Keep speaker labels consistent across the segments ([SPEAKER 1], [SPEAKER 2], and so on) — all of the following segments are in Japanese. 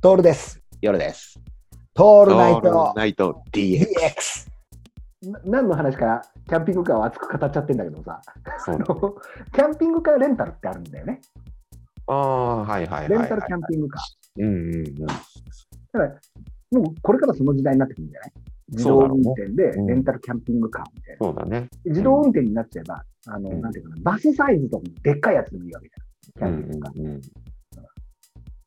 [SPEAKER 1] トールです。
[SPEAKER 2] 夜です。
[SPEAKER 1] ト
[SPEAKER 2] オ
[SPEAKER 1] ールナイト
[SPEAKER 2] ナイト DX。
[SPEAKER 1] DX。な何の話からキャンピングカーを熱く語っちゃってんだけどさ、 あのキャンピングカーレンタルってあるんだよね。
[SPEAKER 2] ああ、はいはいはい、
[SPEAKER 1] レ
[SPEAKER 2] は
[SPEAKER 1] ン
[SPEAKER 2] い。
[SPEAKER 1] タルキャンピングカー。
[SPEAKER 2] うんうんうん。
[SPEAKER 1] だから、もうこれからその時代になってくるんじゃない自動運転でレンタルキャンピングカーみたいな。
[SPEAKER 2] そうだね。
[SPEAKER 1] 自動運転になっちゃえば、あの、
[SPEAKER 2] うん
[SPEAKER 1] なんていうかな、バスサイズとかのでっかいやつでもいいわけじ
[SPEAKER 2] う
[SPEAKER 1] ゃん。
[SPEAKER 2] ん
[SPEAKER 1] キャンピングカー。
[SPEAKER 2] うんうん。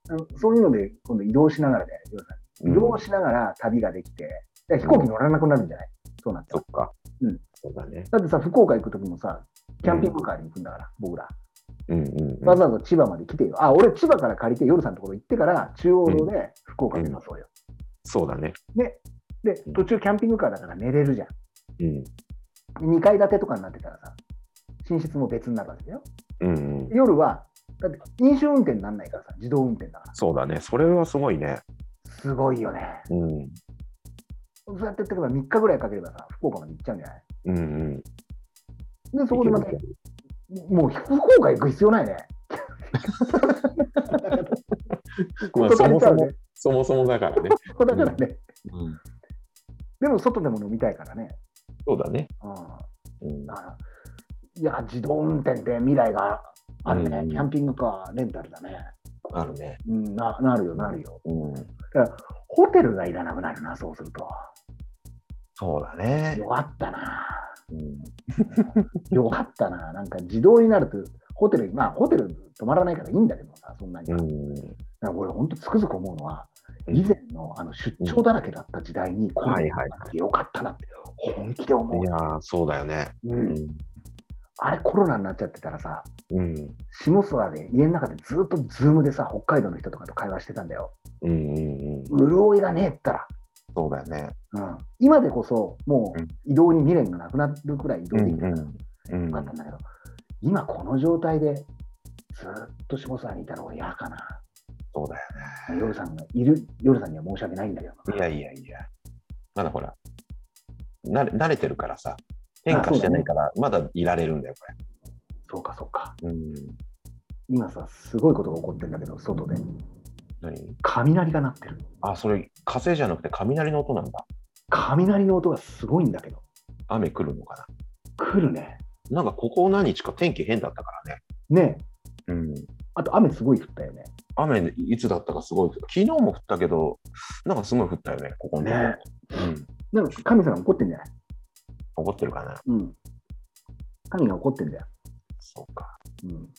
[SPEAKER 1] あのそういうので、今度移動しながらだよ。要するに移動しながら旅ができて、だから飛行機乗らなくなるんじゃないそうなっちゃ
[SPEAKER 2] そうっか。
[SPEAKER 1] うん。
[SPEAKER 2] そうだね。
[SPEAKER 1] だってさ、福岡行くときもさ、キャンピングカーに行くんだから、僕ら。
[SPEAKER 2] うんうん、うん。
[SPEAKER 1] わざわざ千葉まで来てよ。あ、俺千葉から借りて、夜さんのところ行ってから、中央道で福岡目指そうよ。
[SPEAKER 2] そうだね。
[SPEAKER 1] ね。で、途中キャンピングカーだから寝れるじゃん。
[SPEAKER 2] うん。
[SPEAKER 1] 2階建てとかになってたらさ、寝室も別になるわけだよ。
[SPEAKER 2] うんうん。
[SPEAKER 1] 夜は、だって飲酒運転にならないからさ、自動運転だから。
[SPEAKER 2] そうだね。それはすごいね。
[SPEAKER 1] すごいよね。
[SPEAKER 2] うん。
[SPEAKER 1] そうやってやってれば3日ぐらいかければさ、福岡まで行っちゃうんじゃない
[SPEAKER 2] うんうん。
[SPEAKER 1] で、そこでまた
[SPEAKER 2] いけ、
[SPEAKER 1] もう福岡行く必要ないね。
[SPEAKER 2] まあ、
[SPEAKER 1] 外
[SPEAKER 2] そ
[SPEAKER 1] 借り
[SPEAKER 2] も
[SPEAKER 1] ちゃ
[SPEAKER 2] そうも
[SPEAKER 1] ね、。
[SPEAKER 2] そもそもだからね。
[SPEAKER 1] だからね、
[SPEAKER 2] うん、
[SPEAKER 1] でも外でも飲みたいからね。
[SPEAKER 2] そうだね。
[SPEAKER 1] うん、
[SPEAKER 2] うん
[SPEAKER 1] だからいや、自動運転で未来があるね、
[SPEAKER 2] うん
[SPEAKER 1] キャンピングカーレンタルだね。
[SPEAKER 2] あるね。
[SPEAKER 1] うん、ななるよ、なるよ。
[SPEAKER 2] うん。
[SPEAKER 1] ホテルがいらなくなるな、そうすると。
[SPEAKER 2] そうだね。
[SPEAKER 1] 弱ったな。
[SPEAKER 2] うん。
[SPEAKER 1] 弱ったな。なんか自動になると、ホテル、まあホテル泊まらないからいいんだけどさ、そんなに。
[SPEAKER 2] う
[SPEAKER 1] だか
[SPEAKER 2] ん。
[SPEAKER 1] ら俺、ほんとつくづく思うのは、
[SPEAKER 2] うん
[SPEAKER 1] 以前のあの出張だらけだった時代に、こう
[SPEAKER 2] はい
[SPEAKER 1] いう
[SPEAKER 2] はい
[SPEAKER 1] のがよかったなって、本気で思う
[SPEAKER 2] いやー、そうだよね。
[SPEAKER 1] う。
[SPEAKER 2] うん
[SPEAKER 1] あれ、コロナになっちゃってたらさ、
[SPEAKER 2] うん。
[SPEAKER 1] 下諏訪で家の中でずっとズームでさ北海道の人とかと会話してたんだよ
[SPEAKER 2] うんうんうん。
[SPEAKER 1] 潤いがねえったら、
[SPEAKER 2] そうだよね。
[SPEAKER 1] うん、今でこそも
[SPEAKER 2] うん
[SPEAKER 1] う移動に未練がなくなるくらい移動できて
[SPEAKER 2] う
[SPEAKER 1] よ
[SPEAKER 2] んうん。うん
[SPEAKER 1] かったんだけど、今この状態でずっと下諏訪にいたら俺嫌かな
[SPEAKER 2] そうだよ
[SPEAKER 1] 夜さんがいる夜さんには申し訳ないんだけど
[SPEAKER 2] いやいやいや。まだほら、なれ慣れてるからさ、変化してないから、まだいられるんだよ、こ
[SPEAKER 1] そうかそうか
[SPEAKER 2] れ。うん。
[SPEAKER 1] 今さすごいことが起こってるんだけど外で
[SPEAKER 2] 何
[SPEAKER 1] 雷が鳴ってる
[SPEAKER 2] あ、それ、風じゃなくて雷の音なんだ。
[SPEAKER 1] 雷の音がすごいんだけど
[SPEAKER 2] 雨来るのか
[SPEAKER 1] 来るね
[SPEAKER 2] な。なんか、ここ何日か天気変だったからね。
[SPEAKER 1] ねえ
[SPEAKER 2] うん。
[SPEAKER 1] あと雨すごい降ったよね
[SPEAKER 2] 雨、いつだったかすごい。昨日も降ったけど、なんかすごい降ったよね、ここのとこ
[SPEAKER 1] ね
[SPEAKER 2] う
[SPEAKER 1] な
[SPEAKER 2] ん。
[SPEAKER 1] んか神様怒ってんじゃない
[SPEAKER 2] 怒ってるかな。
[SPEAKER 1] うん。神が怒ってんだよ。
[SPEAKER 2] そうか。
[SPEAKER 1] うん。